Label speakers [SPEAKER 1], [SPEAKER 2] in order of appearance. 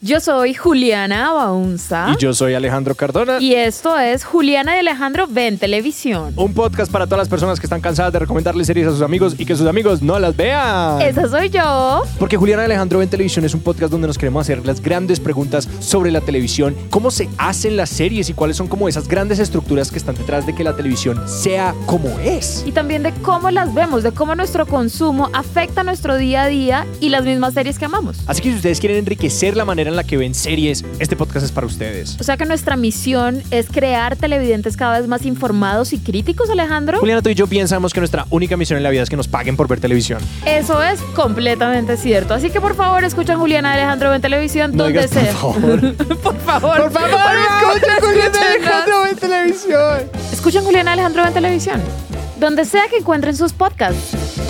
[SPEAKER 1] Yo soy Juliana Baunza.
[SPEAKER 2] Y yo soy Alejandro Cardona.
[SPEAKER 1] Y esto es Juliana y Alejandro Ven Televisión.
[SPEAKER 2] Un podcast para todas las personas que están cansadas de recomendarles series a sus amigos y que sus amigos no las vean.
[SPEAKER 1] Esa soy yo.
[SPEAKER 2] Porque Juliana y Alejandro Ven Televisión es un podcast donde nos queremos hacer las grandes preguntas sobre la televisión, cómo se hacen las series y cuáles son como esas grandes estructuras que están detrás de que la televisión sea como es.
[SPEAKER 1] Y también de cómo las vemos, de cómo nuestro consumo afecta nuestro día a día y las mismas series que amamos.
[SPEAKER 2] Así que si ustedes quieren enriquecer la manera en la que ven series, este podcast es para ustedes.
[SPEAKER 1] O sea que nuestra misión es crear televidentes cada vez más informados y críticos, Alejandro.
[SPEAKER 2] Juliana, tú y yo pensamos que nuestra única misión en la vida es que nos paguen por ver televisión.
[SPEAKER 1] Eso es completamente cierito. Así que por favor, escuchen Juliana Alejandro en televisión
[SPEAKER 2] No
[SPEAKER 1] donde
[SPEAKER 2] digas, por
[SPEAKER 1] sea.
[SPEAKER 2] favor.
[SPEAKER 1] por favor.
[SPEAKER 2] Por favor, escuchen Juliana y Alejandro en televisión.
[SPEAKER 1] Escuchen Juliana Alejandro en televisión. Donde sea que encuentren sus podcasts.